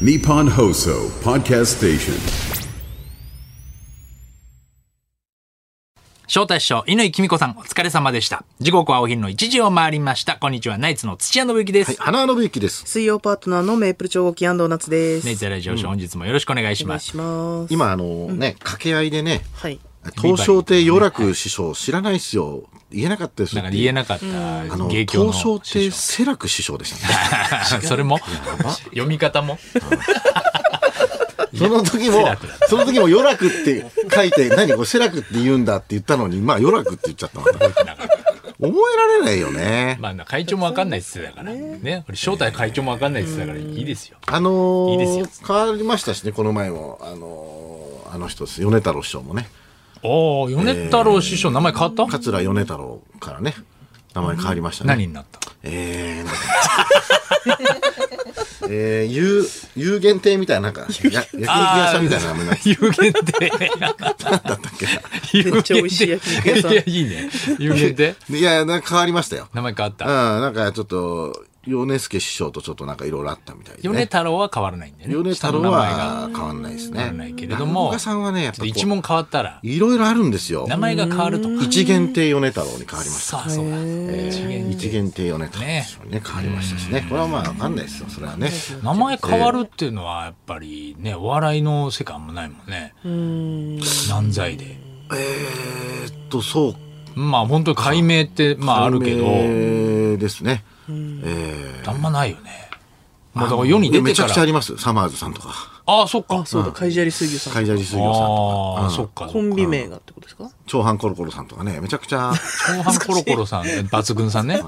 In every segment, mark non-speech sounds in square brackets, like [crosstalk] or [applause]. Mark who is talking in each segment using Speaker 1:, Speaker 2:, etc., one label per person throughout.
Speaker 1: Nippon Hoso Podcast Station.
Speaker 2: 翔太師匠、乾きみこさん、お疲れ様でした。時刻はお昼の1時を回りました。こんにちは、ナイツの土屋信之です。
Speaker 3: はい、花信之です。
Speaker 4: 水曜パートナーのメープル超合金安藤夏です。
Speaker 2: ネイツラジオショー、本日もよろしくお願いし
Speaker 4: お願
Speaker 2: ま
Speaker 4: い
Speaker 2: す。
Speaker 4: します。
Speaker 3: 今、あのね、掛け合いでね、
Speaker 4: はい。
Speaker 3: 東証亭与楽師匠知らないっすよ。言えなかったです
Speaker 2: だ
Speaker 3: っ
Speaker 2: から
Speaker 3: て
Speaker 2: 言
Speaker 3: い
Speaker 2: え
Speaker 3: う。
Speaker 2: なかった
Speaker 3: あの、
Speaker 2: 芸協の
Speaker 3: 東証
Speaker 2: 師
Speaker 3: 亭
Speaker 2: 匠
Speaker 3: 世楽師匠でしたね。
Speaker 2: [laughs] それも読み方も [laughs]
Speaker 3: その時も、その時も与楽って書いて、何これ世楽って言うんだって言ったのに、まあ与楽って言っちゃったの。覚えられないよね。
Speaker 2: まあな会長もわかんないっすだからね俺正体会長もわかんないっすだからいいですよ
Speaker 3: あのー
Speaker 2: いいですよ
Speaker 3: 変わりましたしね、この前も。あのーあの人です。米太郎師匠もね。
Speaker 2: おお米太郎師匠名前変わった
Speaker 3: 桂米太郎からね、名前変わりましたね。
Speaker 2: 何になった
Speaker 3: えー、なんか [laughs] えー、有、有限定みたいな、なんか、や焼肉屋さんみたいな名前になって
Speaker 2: 有限定
Speaker 3: たんだっけ
Speaker 2: 有
Speaker 4: めっちゃ美味しい
Speaker 2: 限
Speaker 4: 焼肉屋さ
Speaker 2: 定
Speaker 4: ん
Speaker 2: いやいいね有限定 [laughs]
Speaker 3: な。いや、なんか変わりましたよ。
Speaker 2: 名前変わっ
Speaker 3: うん、
Speaker 2: た
Speaker 3: なんかちょっと、米助師匠とちょっとなんかいろいろあったみたいで、
Speaker 2: 米
Speaker 3: ね。
Speaker 2: 太郎は変わらないんだよね
Speaker 3: 米太郎
Speaker 2: 下の名前が
Speaker 3: は変わんないですね。
Speaker 2: 変わらないけれども
Speaker 3: 落語家さんはね、やっ
Speaker 2: ちょっと
Speaker 3: ぱこう
Speaker 2: 一問変わったら
Speaker 3: いろいろあるんですよ。
Speaker 2: 名前が変わるとか
Speaker 3: 一限定米太郎に変わりました。
Speaker 2: さあそうだ一元
Speaker 3: 一限定米太郎
Speaker 2: ね
Speaker 3: にね、変わりましたしね。これはまあ、わかんないですよ、それはね。
Speaker 2: 名前変わるっていうのはやっぱりねお笑いの世界もないもんね漫才で
Speaker 3: えーっと、そう
Speaker 2: まあ本当に解明ってまああるけど
Speaker 3: ど。ですね。え
Speaker 2: あんまないよねもうだから世に出
Speaker 3: め
Speaker 2: て
Speaker 3: ち
Speaker 2: か
Speaker 3: ゃくちゃあ
Speaker 2: ら
Speaker 3: ります。サマーズさんとか、
Speaker 2: ああそっか
Speaker 4: そうだ、カイジャリ水魚さ
Speaker 3: カイ
Speaker 4: ん。
Speaker 3: ジャリ水魚さんと
Speaker 2: あ
Speaker 3: か
Speaker 2: あ
Speaker 3: うん、
Speaker 2: そっかそ
Speaker 4: コ
Speaker 2: っ
Speaker 4: ン
Speaker 2: か
Speaker 4: ビ名がってことですか
Speaker 3: 長半コロコロさんとかね、めちゃくちゃ、
Speaker 2: 後半コロコロさん抜群さん
Speaker 3: [laughs]
Speaker 2: ね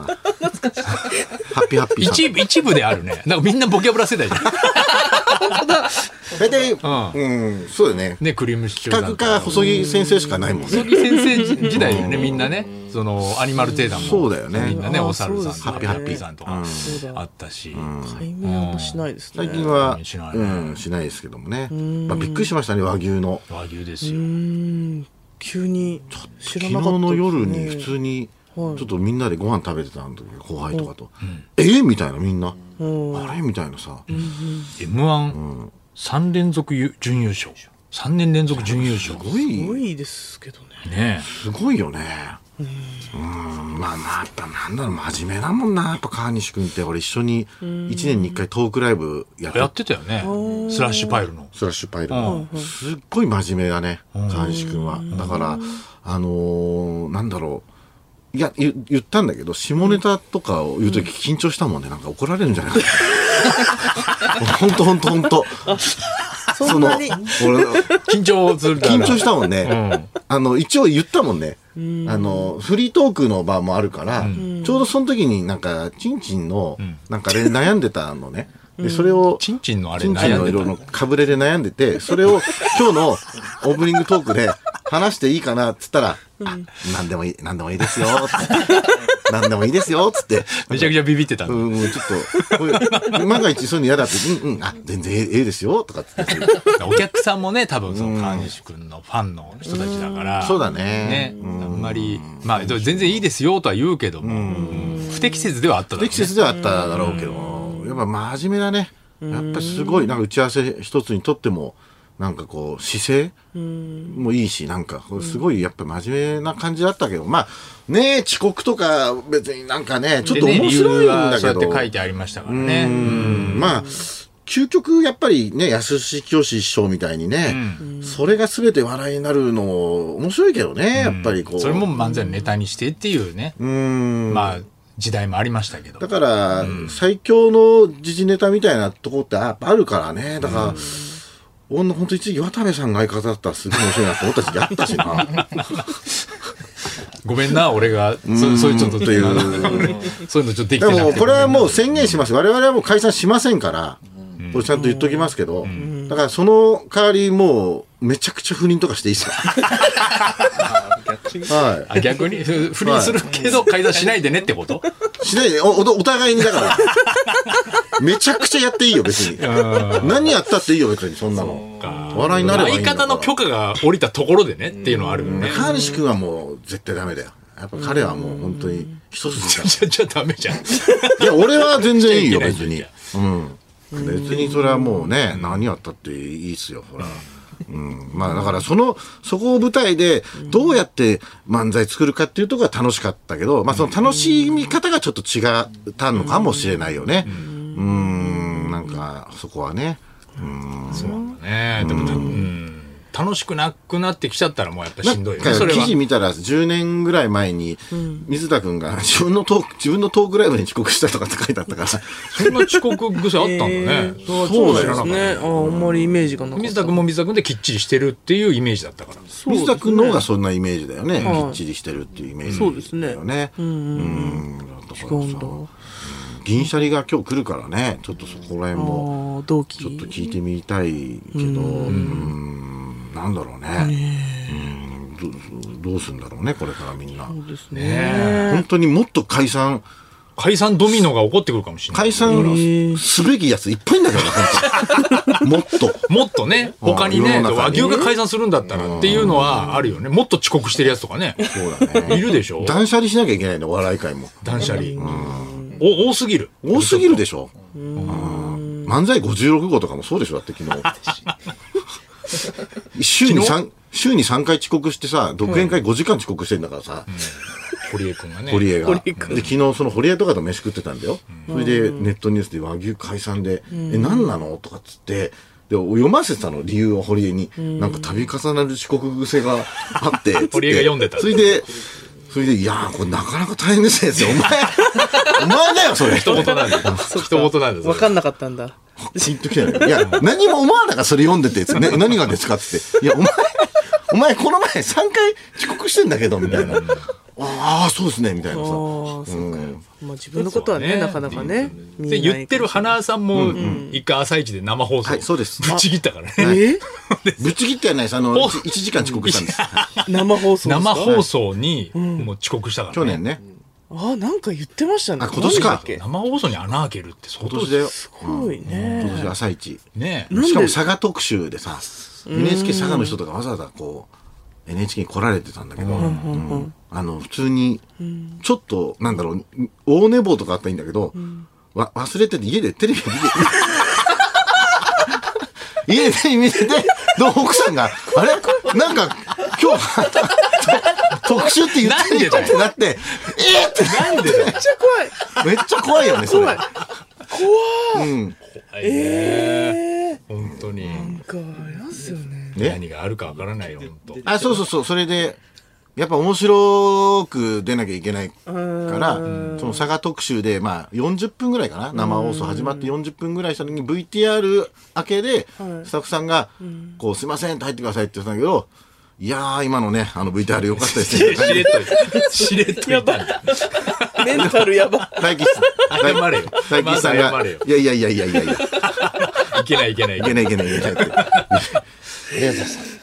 Speaker 3: ハッピーハッピーさん
Speaker 2: 一部一部であるねなんかみんなボキャブラ世
Speaker 3: [laughs]
Speaker 2: 代じゃん
Speaker 3: 大体、うん、そうだよね。
Speaker 2: ねクリームシチューさ
Speaker 3: 企
Speaker 2: ん
Speaker 3: 画
Speaker 2: と
Speaker 3: か
Speaker 2: か
Speaker 3: 細木先生しかないもん
Speaker 2: 細
Speaker 3: ね。
Speaker 2: 木先生時代だよねみんなねそのアニマルテーダも
Speaker 3: そうだよ
Speaker 2: み
Speaker 3: ね
Speaker 2: ん。なね
Speaker 4: あー
Speaker 2: お猿さんとか
Speaker 4: そう
Speaker 2: ハッピーハ
Speaker 4: ですね
Speaker 2: ッピーさんとか
Speaker 4: そうだ
Speaker 2: あったし
Speaker 4: 解明はあんましないですね。
Speaker 3: 最近は
Speaker 2: しない、ね
Speaker 3: うん、しないですけどもね。まあびっくりしましたね、和牛の。
Speaker 2: 和牛ですよ
Speaker 4: 急に知
Speaker 3: 昨
Speaker 4: ら
Speaker 3: 日
Speaker 4: なかったですね。
Speaker 3: の夜に普通にちょっとみんなでご飯食べてたの時後輩とかと「えーみたいなみんな「あれ?」みたいなさ
Speaker 2: m 1三連続ゆ準優勝三年連続準優勝
Speaker 3: すごい
Speaker 4: すごいですけどね。
Speaker 2: ね
Speaker 3: すごいよねうんまあなやっぱなんだろう真面目だもんなやっぱ川西君って俺一緒に1年に1回トークライブやっ
Speaker 2: えや
Speaker 3: て
Speaker 2: ってたよねスラッシュパイルの
Speaker 3: スラッシュパイルのすっごい真面目だね川西君はだからあのーなんだろういや言言ったんだけど下ネタとかを言う時緊張したもんねなんか怒られるんじゃ
Speaker 4: [laughs]
Speaker 3: ないかなほんとほんとほんと
Speaker 4: そんなに。
Speaker 3: 俺
Speaker 2: 緊張するから
Speaker 3: 緊張したもんね。あの、一応言ったもんね。あの、フリートークの場もあるから、ちょうどその時になんか、チンチンの、なんかあれ悩んでたのね。で、それを、
Speaker 2: チンチンのあれ
Speaker 3: チンチン
Speaker 2: 悩ん
Speaker 3: の
Speaker 2: でた
Speaker 3: 色のかぶれで悩んでて、それを今日のオープニングトークで話していいかなっつったら、あ、なんでもいい、なんでもいいですよ、つって。なんでもいいですよ、つって。
Speaker 2: めちゃくちゃビビってた
Speaker 3: う
Speaker 2: の
Speaker 3: ん、うんちょっとこれ、万が一そういうの嫌だって、うんうん、あ、全然ええええですよ、とかっつって。
Speaker 2: お客さんもね多分その川西君のファンの人たちだから
Speaker 3: そうだ
Speaker 2: ね
Speaker 3: ね。
Speaker 2: あんまりまあでも全然いいですよとは言うけどもうん不適切ではあっただろう
Speaker 3: 不
Speaker 2: ね
Speaker 3: 適切ではあっただろうけど、やっぱ真面目だねやっぱりすごいなんか打ち合わせ一つにとってもなんかこう姿勢もいいしなんかこうすごいやっぱ真面目な感じだったけどまあねえ遅刻とか別になんかねちょっと
Speaker 2: でね
Speaker 3: 面白い
Speaker 2: 理由
Speaker 3: んだ
Speaker 2: は
Speaker 3: け
Speaker 2: そうやっ
Speaker 3: ど、
Speaker 2: て書いてありましたからね
Speaker 3: うんまあ究極やっぱりね安志清師匠みたいにね、それが全て笑いになるの面白いけどねやっぱりこう、
Speaker 2: それも漫才のネタにしてっていうね
Speaker 3: うん
Speaker 2: まあ時代もありましたけど
Speaker 3: だから、最強の時事ネタみたいなとこってやっぱあるからね。だから、ほん、本当一時期渡部さんが相方だったらすごい面白いなと思った時期あったしな。 [laughs]
Speaker 2: ごめんな、俺が、そそういうちょっと、
Speaker 3: という
Speaker 2: あの [laughs] そういうのちょっとできて
Speaker 3: で
Speaker 2: なくて
Speaker 3: も、これはもう宣言します。我々はもう解散しませんから、これちゃんと言っときますけど、だからその代わりもう、めちゃくちゃ不倫とかしていい [laughs] っすよ。は
Speaker 2: あ逆に、 [laughs] ふ不倫するけど、改ざんしないでねってこと
Speaker 3: い。しないで、お、おお互いにだから、めちゃくちゃやっていいよ、別 [laughs] に。何やったっていいよ、別に、そんなの。笑いになればいいん
Speaker 2: 相
Speaker 3: だから
Speaker 2: 方の許可が下りたところでねっていうのはあるよね。
Speaker 3: 川西君はもう絶対ダメだよ。やっぱ彼はもう本当に一筋だか
Speaker 2: じゃ、じゃあダメじゃん。
Speaker 3: ら。いや、俺は全然いいよ、
Speaker 2: いやいや
Speaker 3: 別
Speaker 2: い
Speaker 3: に
Speaker 2: や。
Speaker 3: うん。別にそれはもうね何やったっていいっすよほら。うん、まあだからそのそこを舞台でどうやって漫才作るかっていうところが楽しかったけど、まあ、その楽しみ方がちょっと違ったのかもしれないよね。うんなんかそこはね。
Speaker 2: ねでもた、うん、楽しくなくなってきちゃったらもうやっぱ
Speaker 3: な
Speaker 2: しん
Speaker 3: ん
Speaker 2: どいよ
Speaker 3: か
Speaker 2: ねそれ
Speaker 3: 記
Speaker 2: は
Speaker 3: 事見たら10年ぐらい前に水田君が [laughs] 自分のトーク自分のトークライブに遅刻したとかって書いてあったから
Speaker 2: そんな遅刻癖あったんだね、
Speaker 4: そう
Speaker 2: だ
Speaker 4: で
Speaker 2: よ
Speaker 4: すね。ああんまりイメージがなかった。
Speaker 2: 水田君も水田君できっちりしてるっていうイメージだったから
Speaker 4: そうです
Speaker 3: 水
Speaker 4: ね
Speaker 3: 田君の方がそんなイメージだよね、
Speaker 4: はい
Speaker 3: きっちりしてるっていうイメージ
Speaker 4: そうですね
Speaker 3: だよねうんだからさ
Speaker 4: 違うんだ。
Speaker 3: 銀シャリが今日来るからねちょっとそこら辺も
Speaker 4: ああ同期。
Speaker 3: ちょっと聞いてみたいけどうんなんだろうねうんどどうすんだろうねこれからみんな
Speaker 4: そうですね。
Speaker 2: ねえ
Speaker 3: 本当にもっと解散
Speaker 2: 解散ドミノが起こってくるかもしれない
Speaker 3: 解散すべきやついっぱいいんだけどね本当にもっと
Speaker 2: もっとね他にね
Speaker 3: 世の
Speaker 2: 和
Speaker 3: 中に
Speaker 2: 牛が解散するんだったらっていうのはあるよねもっと遅刻してるやつとかね
Speaker 3: そうだね
Speaker 2: いるでしょ
Speaker 3: 断捨離しなきゃいけないのお笑い界も
Speaker 2: 断捨離お多すぎる
Speaker 3: 多すぎるでしょうん漫才56号とかもそうでしょだって [laughs] 昨日週に三週に3回遅刻してさ独演会5時間遅刻してんだからさ、
Speaker 2: 堀江君がね
Speaker 3: 堀江がで昨日その堀江とかと飯食ってたんだよ、それでネットニュースで和牛解散で「え何なの?」とかっつってで読ませてたの理由を堀江に、なんか度重なる遅刻癖があって [laughs] つって
Speaker 2: 堀江が読んでた
Speaker 3: それでそれで「いやーこれなかなか大変ですね」ってお前 [laughs] お前だよそれ
Speaker 2: 一言なんだよ一言なんだよ
Speaker 4: わかんなかったんだ。
Speaker 3: ピンときてない。いや、何も思わなかった、それ読んでて、ね、何がですかって。いや、お前、お前、この前3回遅刻してんだけど、みたいな。ああ、そうですね、みたいなさ。
Speaker 4: ああそうか。
Speaker 3: うん
Speaker 4: まあ自分のことは
Speaker 2: そう
Speaker 4: ね
Speaker 2: ね
Speaker 4: なかなかね。見
Speaker 2: で
Speaker 4: えない
Speaker 2: 言ってる花さんも一回朝一で生放送
Speaker 3: はいそうです
Speaker 2: ぶっちぎったからね
Speaker 3: はい
Speaker 4: え
Speaker 3: ぶっちぎってはないです。あの、
Speaker 2: お
Speaker 3: 1時間遅刻したんです。
Speaker 4: 生放送ですか。
Speaker 2: 生放送にもう遅刻したから
Speaker 3: 去
Speaker 2: ね
Speaker 3: 年ね。
Speaker 4: ああなんか言ってましたね。
Speaker 3: あ今年か
Speaker 4: なんだっけ
Speaker 2: 生放送に穴開けるって相当
Speaker 3: 今年だよ。
Speaker 4: すごい
Speaker 3: 今
Speaker 4: ね。
Speaker 3: 年朝一。
Speaker 2: ね
Speaker 4: なんで
Speaker 3: しかも佐賀特集でさ、NHK 佐賀の人とかわざわざこう、NHK に来られてたんだけど、うんあの、普通に、ちょっと、なんだろう、大寝坊とかあったらいいんだけど、わ忘れてて家でテレビ見て、 [laughs] 家でテレビ見てて、どう奥さんが、あれなんか、今日、 [laughs] と特集って言ってるよってなって、えーって
Speaker 2: なんでだよ
Speaker 4: めっちゃ怖い。
Speaker 3: めっちゃ怖いよね、そ
Speaker 4: 怖
Speaker 3: れ
Speaker 4: い。。
Speaker 2: ええ本当に
Speaker 4: なんかあれなんですよね。
Speaker 3: ね
Speaker 2: 何があるかわからないよ本当
Speaker 3: あそうそうそうそれでやっぱ面白く出なきゃいけないからその佐賀特集で、まあ、40分ぐらいかな生放送始まって40分ぐらいした時に VTR 明けでスタッフさんが「こうすいません」って入ってくださいって言ってたんだけど「いやー今のねあの VTR 良かったですね」
Speaker 2: しれっとしれっとやばい
Speaker 4: メンタルやば。
Speaker 3: 大吉さん大
Speaker 2: 謝れよ
Speaker 3: 大吉さん
Speaker 2: ま
Speaker 3: が
Speaker 2: だ謝れよ
Speaker 3: 「いやいやいやいやいやいやい
Speaker 2: いけないいけないい
Speaker 3: け
Speaker 2: け
Speaker 3: な
Speaker 2: ない
Speaker 3: いいけないいけない」って。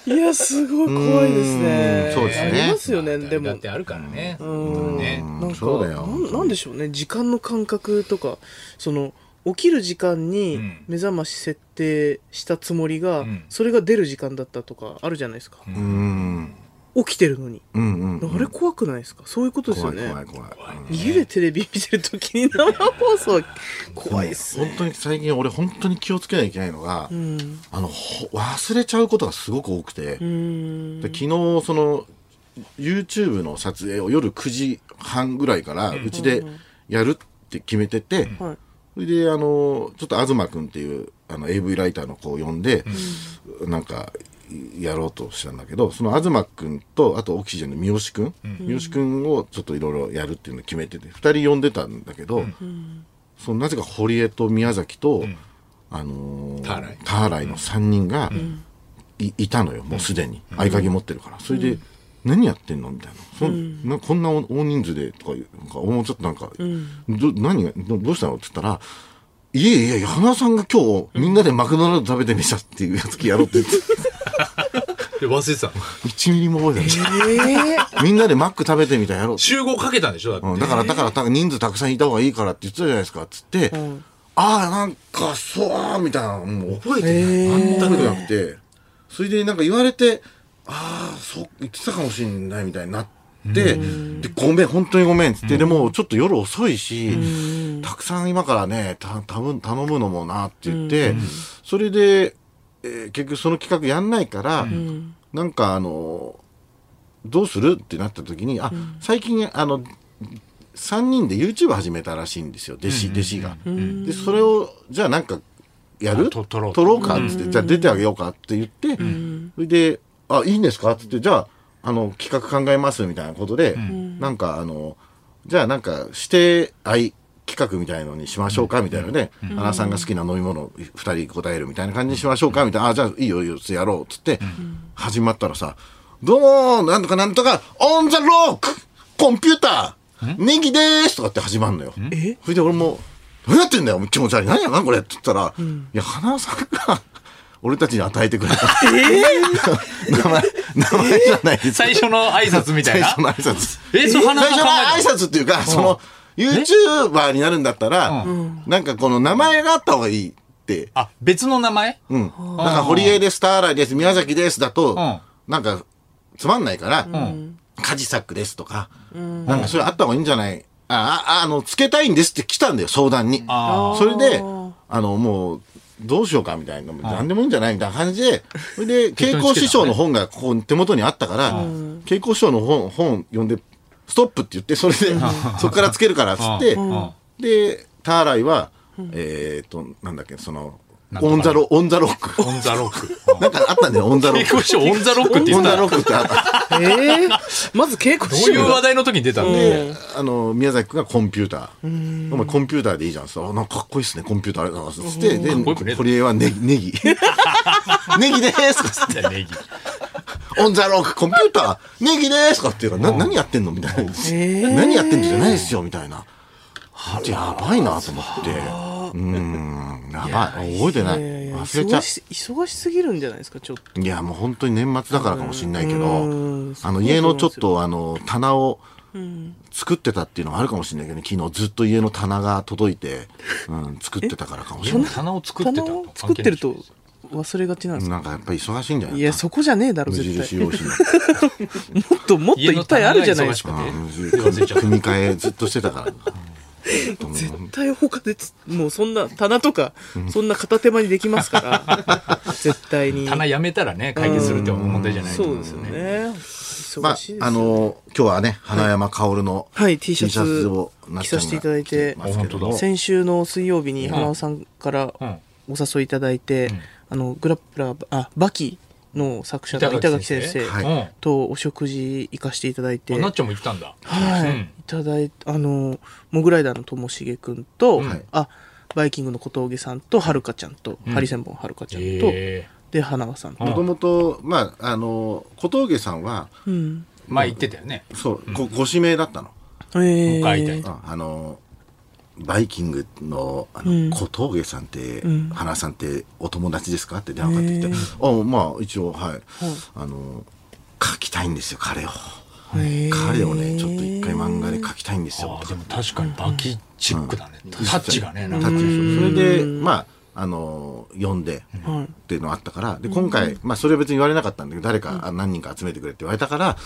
Speaker 4: いやすごい怖いですね。
Speaker 3: うんそうですね
Speaker 4: ありますよね。で
Speaker 2: だ
Speaker 4: も
Speaker 2: ってあるからね本当にね
Speaker 4: なんか
Speaker 3: そうだよ
Speaker 4: なんなんでしょうね時間の感覚とかその起きる時間に
Speaker 2: ん
Speaker 4: 目覚まし設定したつもりが、
Speaker 2: ん
Speaker 4: それが出る時間だったとかあるじゃないですか、
Speaker 3: うん
Speaker 4: 起きてるのに、
Speaker 3: うんうん
Speaker 4: あれ怖くないですかそういうことですよ
Speaker 3: 怖い
Speaker 4: ね
Speaker 3: 怖い怖い。
Speaker 4: 家でテレビ見てる時に生放送怖いっすね
Speaker 3: 本当に最近俺本当に気をつけなきゃいけないのが、
Speaker 4: うん
Speaker 3: あのほ忘れちゃうことがすごく多くて、
Speaker 4: うーん
Speaker 3: で昨日その YouTube の撮影を夜9時半ぐらいからうちでやるって決めてて、
Speaker 4: はい
Speaker 3: それであのちょっと東君っていうあの AV ライターの子を呼んで、なんかやろうとしたんだけどその東君とあとオキシジェンの三好君、ん、三好君をちょっといろいろやるっていうのを決めてて2人呼んでたんだけど、そのなぜか堀江と宮崎と、あのー
Speaker 2: ターライ
Speaker 3: ターライの3人が、いいたのよもうすでに、合鍵持ってるからそれで、何やってんのみたいなそんなこんな大人数でとかいうなんかもうちょっとなんか、ど何がどどうしたのって言ったら「いえいえ花さんが今日みんなでマクドナルド食べてみた」っていうやつやろうって言って
Speaker 2: で忘れてたの
Speaker 3: 1ミリも覚えてない
Speaker 4: えー、
Speaker 3: みんなでマック食べてみたやろうって
Speaker 2: 集合かけたんでしょだ
Speaker 3: う
Speaker 2: っ
Speaker 3: ん
Speaker 2: て
Speaker 3: だからだからた人数たくさんいた方がいいからって言ってたじゃないですかっつって、ああなんかそうみたいなのもう覚えてない全くなくてそれでなんか言われてああそう言ってたかもしれないみたいになっって、でごめん本当にごめんっつって、でもちょっと夜遅いし、たくさん今からねた多分頼むのもなって言って、それで、えー結局その企画やんないから、なんかあのどうするってなった時にあ、最近あの3人で YouTube 始めたらしいんですよ弟子,、弟子が。でそれをじゃあなんかやる
Speaker 2: あと撮ろう
Speaker 3: かっつって、じゃあ出てあげようかって言って、それで「あいいんですか?」っつって「じゃああの企画考えます」みたいなことで、なんかあのじゃあなんか指定愛企画みたいのにしましょうかみたいなね、アナさんが好きな飲み物2人答えるみたいな感じにしましょうかみたいな、あじゃあいいよいいよやろうっつって、始まったらさ「どうもなんとかなんとかオン・ザ・ロックコンピューターネギでーす」とかって始まるのよ。
Speaker 4: え
Speaker 3: それで俺も「何やってんだよ気持ち悪い何やなんこれ」って言ったら「いや花さんが俺たちに与えてくれた」 [laughs] 名前名前じゃないです
Speaker 2: 最初の挨拶みたい
Speaker 3: [laughs] 最
Speaker 2: な
Speaker 3: 初の挨拶
Speaker 2: えそう花
Speaker 3: 最
Speaker 2: が考
Speaker 3: 初
Speaker 2: えた
Speaker 3: の挨拶っていうかその YouTuber になるんだったらなんかこの名前があった方がいいって
Speaker 2: あ別の名前
Speaker 3: うんなんか堀江です田原です宮崎ですだと
Speaker 2: ん
Speaker 3: なんかつまんないからカジサックですとかなんかそれあった方がいいんじゃないあああのつけたいんですって来たんだよ相談に
Speaker 2: あ
Speaker 3: それであのもうどうしようかみたいな何でもいいんじゃないみたいな感じでそれで
Speaker 2: 適当
Speaker 3: 慶
Speaker 2: につけたのね
Speaker 3: 光師匠の本がここに手元にあったから慶光師匠の本本読んで「ストップ」って言ってそれでそこからつけるからっつって
Speaker 2: うんうん
Speaker 3: でターライはえっとなんだっけその
Speaker 2: なんとか
Speaker 3: オンザロオンザロック
Speaker 2: オンザロック
Speaker 3: なんかあったんだよオンザロ
Speaker 2: 稽
Speaker 3: ック
Speaker 2: 古師匠オンザロックって言
Speaker 3: オ
Speaker 2: っ
Speaker 3: ンザ
Speaker 2: た
Speaker 3: ロ
Speaker 2: ど
Speaker 3: ックってあった
Speaker 4: えー、まず稽古
Speaker 2: う
Speaker 4: し
Speaker 2: い
Speaker 4: よ
Speaker 2: う
Speaker 4: う
Speaker 2: 話題の時に出たの
Speaker 3: で、あの、宮崎君がコンピューター。お前コンピューターでいいじゃん。つったらあなんかかっこいいっすね、コンピューターありがとうございます。つって、
Speaker 2: かっこよくね
Speaker 3: で、堀江はネギ、ネギ。 [laughs] ネギでーすつっ
Speaker 2: じゃあネギ
Speaker 3: てオンザロック、コンピューター、ネギでーすかっていうから、な、何やってんのみたいな。
Speaker 4: ー
Speaker 3: 何やってんのじゃないですよ、みたいな。やばいなと思って。うーん、やばい。覚えてない。
Speaker 4: えー
Speaker 3: 忘れちゃ
Speaker 4: 忙
Speaker 3: う。
Speaker 4: し忙しすぎるんじゃないですかちょっと
Speaker 3: いや、もう本当に年末だからかもしれないけ
Speaker 4: う
Speaker 3: ど
Speaker 4: ん、
Speaker 3: あの、家のちょっと、あの、棚を作ってたっていうのがあるかもしれないけど、ね、昨日ずっと家の棚が届い
Speaker 4: [laughs]
Speaker 3: て、うん、作ってたからかもしれない。
Speaker 2: 棚を作って
Speaker 4: 棚
Speaker 2: た
Speaker 4: を作ってると忘れがちなんですか
Speaker 3: なんかやっぱり忙しいんじゃない
Speaker 4: いやそこじゃねえだろ
Speaker 3: 無
Speaker 4: 絶対
Speaker 3: 印良
Speaker 4: [laughs]
Speaker 3: 品。
Speaker 4: もっともっといっぱいあるじゃないですか
Speaker 2: か [laughs]
Speaker 3: うん組み替えずっとしてたから。
Speaker 4: 絶対他でつもうそんな棚とか、そんな片手間にできます
Speaker 2: [laughs]
Speaker 4: から絶対に
Speaker 2: 棚やめたらね解決するって問題じゃない
Speaker 4: そうですよね
Speaker 3: ま
Speaker 4: 忙
Speaker 3: あ
Speaker 4: しいですよ、、
Speaker 3: あの、今日はね、花山薫の
Speaker 4: はい T シャツ
Speaker 3: を
Speaker 4: 着させていただいて
Speaker 3: なっちゃんが着てますけど
Speaker 2: あ本
Speaker 3: も
Speaker 2: 当だ
Speaker 4: 先週の水曜日に浜尾さんから
Speaker 2: うん
Speaker 4: お誘いいただいて、あのグラップラーあバキの作者の
Speaker 2: 板垣
Speaker 4: 板垣
Speaker 2: 先
Speaker 4: 先
Speaker 2: 生
Speaker 4: 生
Speaker 2: はい
Speaker 4: とお食事行かせていただいて、
Speaker 2: あなっちゃんも言ったんだ
Speaker 4: はい、
Speaker 2: うん
Speaker 4: いただいあのモグライダーのともしげくんと、
Speaker 3: はい
Speaker 4: あバイキングの小峠さんとはるかちゃんと、ハリセンボンはるかちゃんと、
Speaker 2: え
Speaker 4: で花輪さんと、
Speaker 3: もともと、まあ、あの、小峠さんは、
Speaker 4: うん、
Speaker 2: ー前言ってたよね
Speaker 3: そう、ごご指名だったの。
Speaker 4: えー、
Speaker 2: 迎えたい
Speaker 3: ああのバイキングのあの、小峠さんって、花さんってお友達ですかって電話かかってきて、あまあ一応はい、あの書きたいんですよ彼を
Speaker 4: えー
Speaker 3: 彼をねちょっと一回漫画で書きたいんですよ
Speaker 2: あーでも確かにバキチックだねタッチがねな
Speaker 3: タ
Speaker 2: ん
Speaker 3: ッ
Speaker 2: か
Speaker 3: チですよそれでまああの読んで、っていうのあったからで今回、まあ、それは別に言われなかったんだけど誰か、あ何人か集めてくれって言われたから、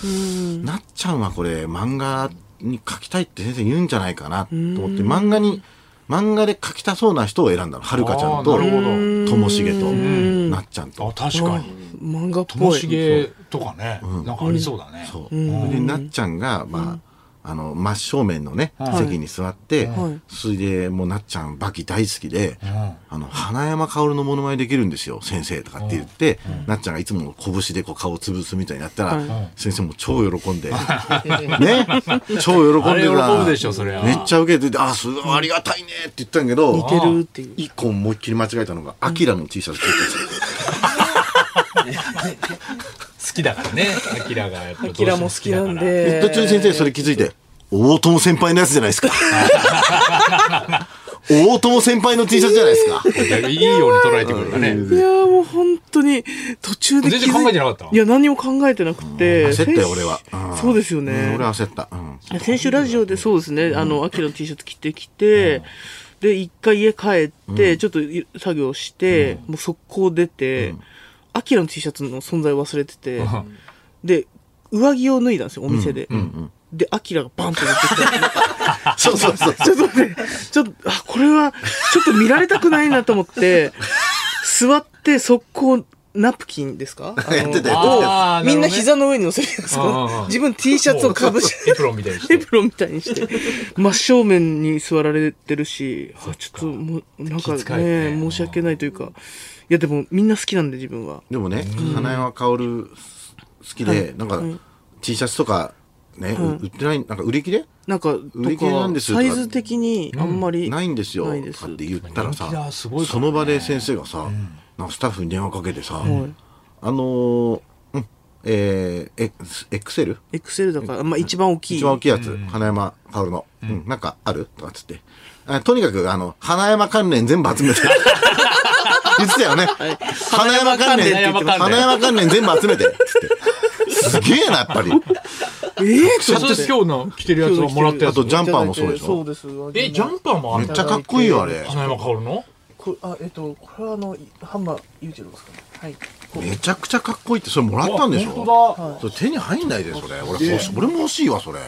Speaker 3: なっちゃんはこれ漫画に描きたいって先生言うんじゃないかなと思って漫画に漫画で描きたそうな人を選んだのはるかちゃん
Speaker 2: あ
Speaker 3: と
Speaker 2: ーなる
Speaker 3: ともしげとなっちゃん
Speaker 2: あ
Speaker 3: と。
Speaker 2: 確かに
Speaker 4: 漫画っ
Speaker 2: とも
Speaker 4: ぽ
Speaker 2: し
Speaker 4: い [laughs]
Speaker 2: げとかねなんかありそうだね
Speaker 3: そうでなっちゃんが、まあ、あの真正面のね、席に座って、
Speaker 4: はい
Speaker 3: それでもうなっちゃんバキ大好きで、
Speaker 2: ん
Speaker 3: あの花山薫のモノマネできるんですよ先生とかって言って、なっちゃんがいつも拳でこう顔を潰すみたいになったら、先生も超喜んで、ね超喜んでる
Speaker 2: あれ喜ぶでしょそりゃ
Speaker 3: めっちゃ受けてて「あすごいありがたいね」って言ったんやけど
Speaker 4: 似てるっ
Speaker 3: [laughs]
Speaker 4: ていう
Speaker 3: 一個思いっきり間違えたのが「アキラの T シャツ着て
Speaker 2: 好きだからねアキラがやっぱどう
Speaker 4: キラも好
Speaker 2: して
Speaker 4: きな
Speaker 2: 好
Speaker 4: ん
Speaker 2: きだから
Speaker 3: た、
Speaker 4: で
Speaker 3: 途中で先生それ気づいて「大友先輩のやつじゃないです
Speaker 4: [laughs]
Speaker 3: か」大友先輩の T シャツじゃないですか。
Speaker 2: だいぶいいように捉えてくるからね
Speaker 4: いやーもう本当に途中で気づい
Speaker 2: 全然考えてなかった
Speaker 4: いや何も考えてなくて
Speaker 3: 焦ったよ
Speaker 4: 先
Speaker 3: 俺は、うん
Speaker 4: そうですよね、
Speaker 3: うん俺は焦った、うん、
Speaker 4: 先週ラジオでそうですね、あの、秋の T シャツ着てきて、で、一回家帰って、ちょっとい作業して、もう速攻出て、アキラの T シャツの存在忘れてて、で、上着を脱いだんですよ、お店で。で、アキラがバンと出てき
Speaker 3: そうそうそう。
Speaker 4: [laughs] た。ちょっとね、ちょっと、あ、これは、ちょっと見られたくないなと思って、座って、速攻、ナプキンですかあ
Speaker 3: やってたやってた。
Speaker 2: あー
Speaker 4: みんな
Speaker 2: るほどね
Speaker 4: 膝の上に乗せるやつ
Speaker 2: うんうんう
Speaker 4: を
Speaker 2: ん
Speaker 4: 自分 T シャツをかぶし
Speaker 2: エプロンみたいにして
Speaker 4: エプロンみたいにして、真正面に座られてるし、あちょっともう、なんか
Speaker 2: 気遣え
Speaker 4: ね、
Speaker 2: てね
Speaker 4: 申し訳ないというか、いやでもみんな好きなんで自分は。
Speaker 3: でもね、花山薫好きで、なんか、T シャツとか、ね、売ってない、なんか売り切れ
Speaker 4: なんか、
Speaker 3: 売り切
Speaker 4: と
Speaker 3: れなん
Speaker 4: か、
Speaker 3: ですとか
Speaker 4: サイズ的にあんまり。
Speaker 3: ないんですよ
Speaker 4: ない
Speaker 3: と
Speaker 4: です
Speaker 3: かって言ったらさ
Speaker 2: 人気だすごいから
Speaker 3: そ
Speaker 2: ね
Speaker 3: の場で先生がさ、なんかスタッフに電話かけてさ、
Speaker 4: ん
Speaker 3: あのーうんえー、エエクセル
Speaker 4: エクセルだから、まあ一番大きい。
Speaker 3: 一番大きいやつ、花山薫の、うんなんかあるとかっつってあとにかくあの花山関連全部集めて言ってたよね、花山関連
Speaker 2: 花山関連って言ってました
Speaker 3: 花山関連全部集めてっつってすげえなやっぱり
Speaker 4: ええ
Speaker 2: 社長今日の着てるやつをもらったや
Speaker 3: あ
Speaker 2: つ
Speaker 3: とジャンパーもそうでし
Speaker 4: そう
Speaker 3: ょ
Speaker 4: です。
Speaker 2: えジャンパーもあん
Speaker 3: めっ
Speaker 2: の
Speaker 3: ちゃかっこいいよあれ
Speaker 2: 花山薫の
Speaker 4: こあ、えっと、これはあの、ハンマーユージロですかね。はい。
Speaker 3: めちゃくちゃかっこいいってそれもらったんでしょ
Speaker 2: あ本当だ
Speaker 3: それ手に入んないでそれ俺欲しい俺も欲しいわそれ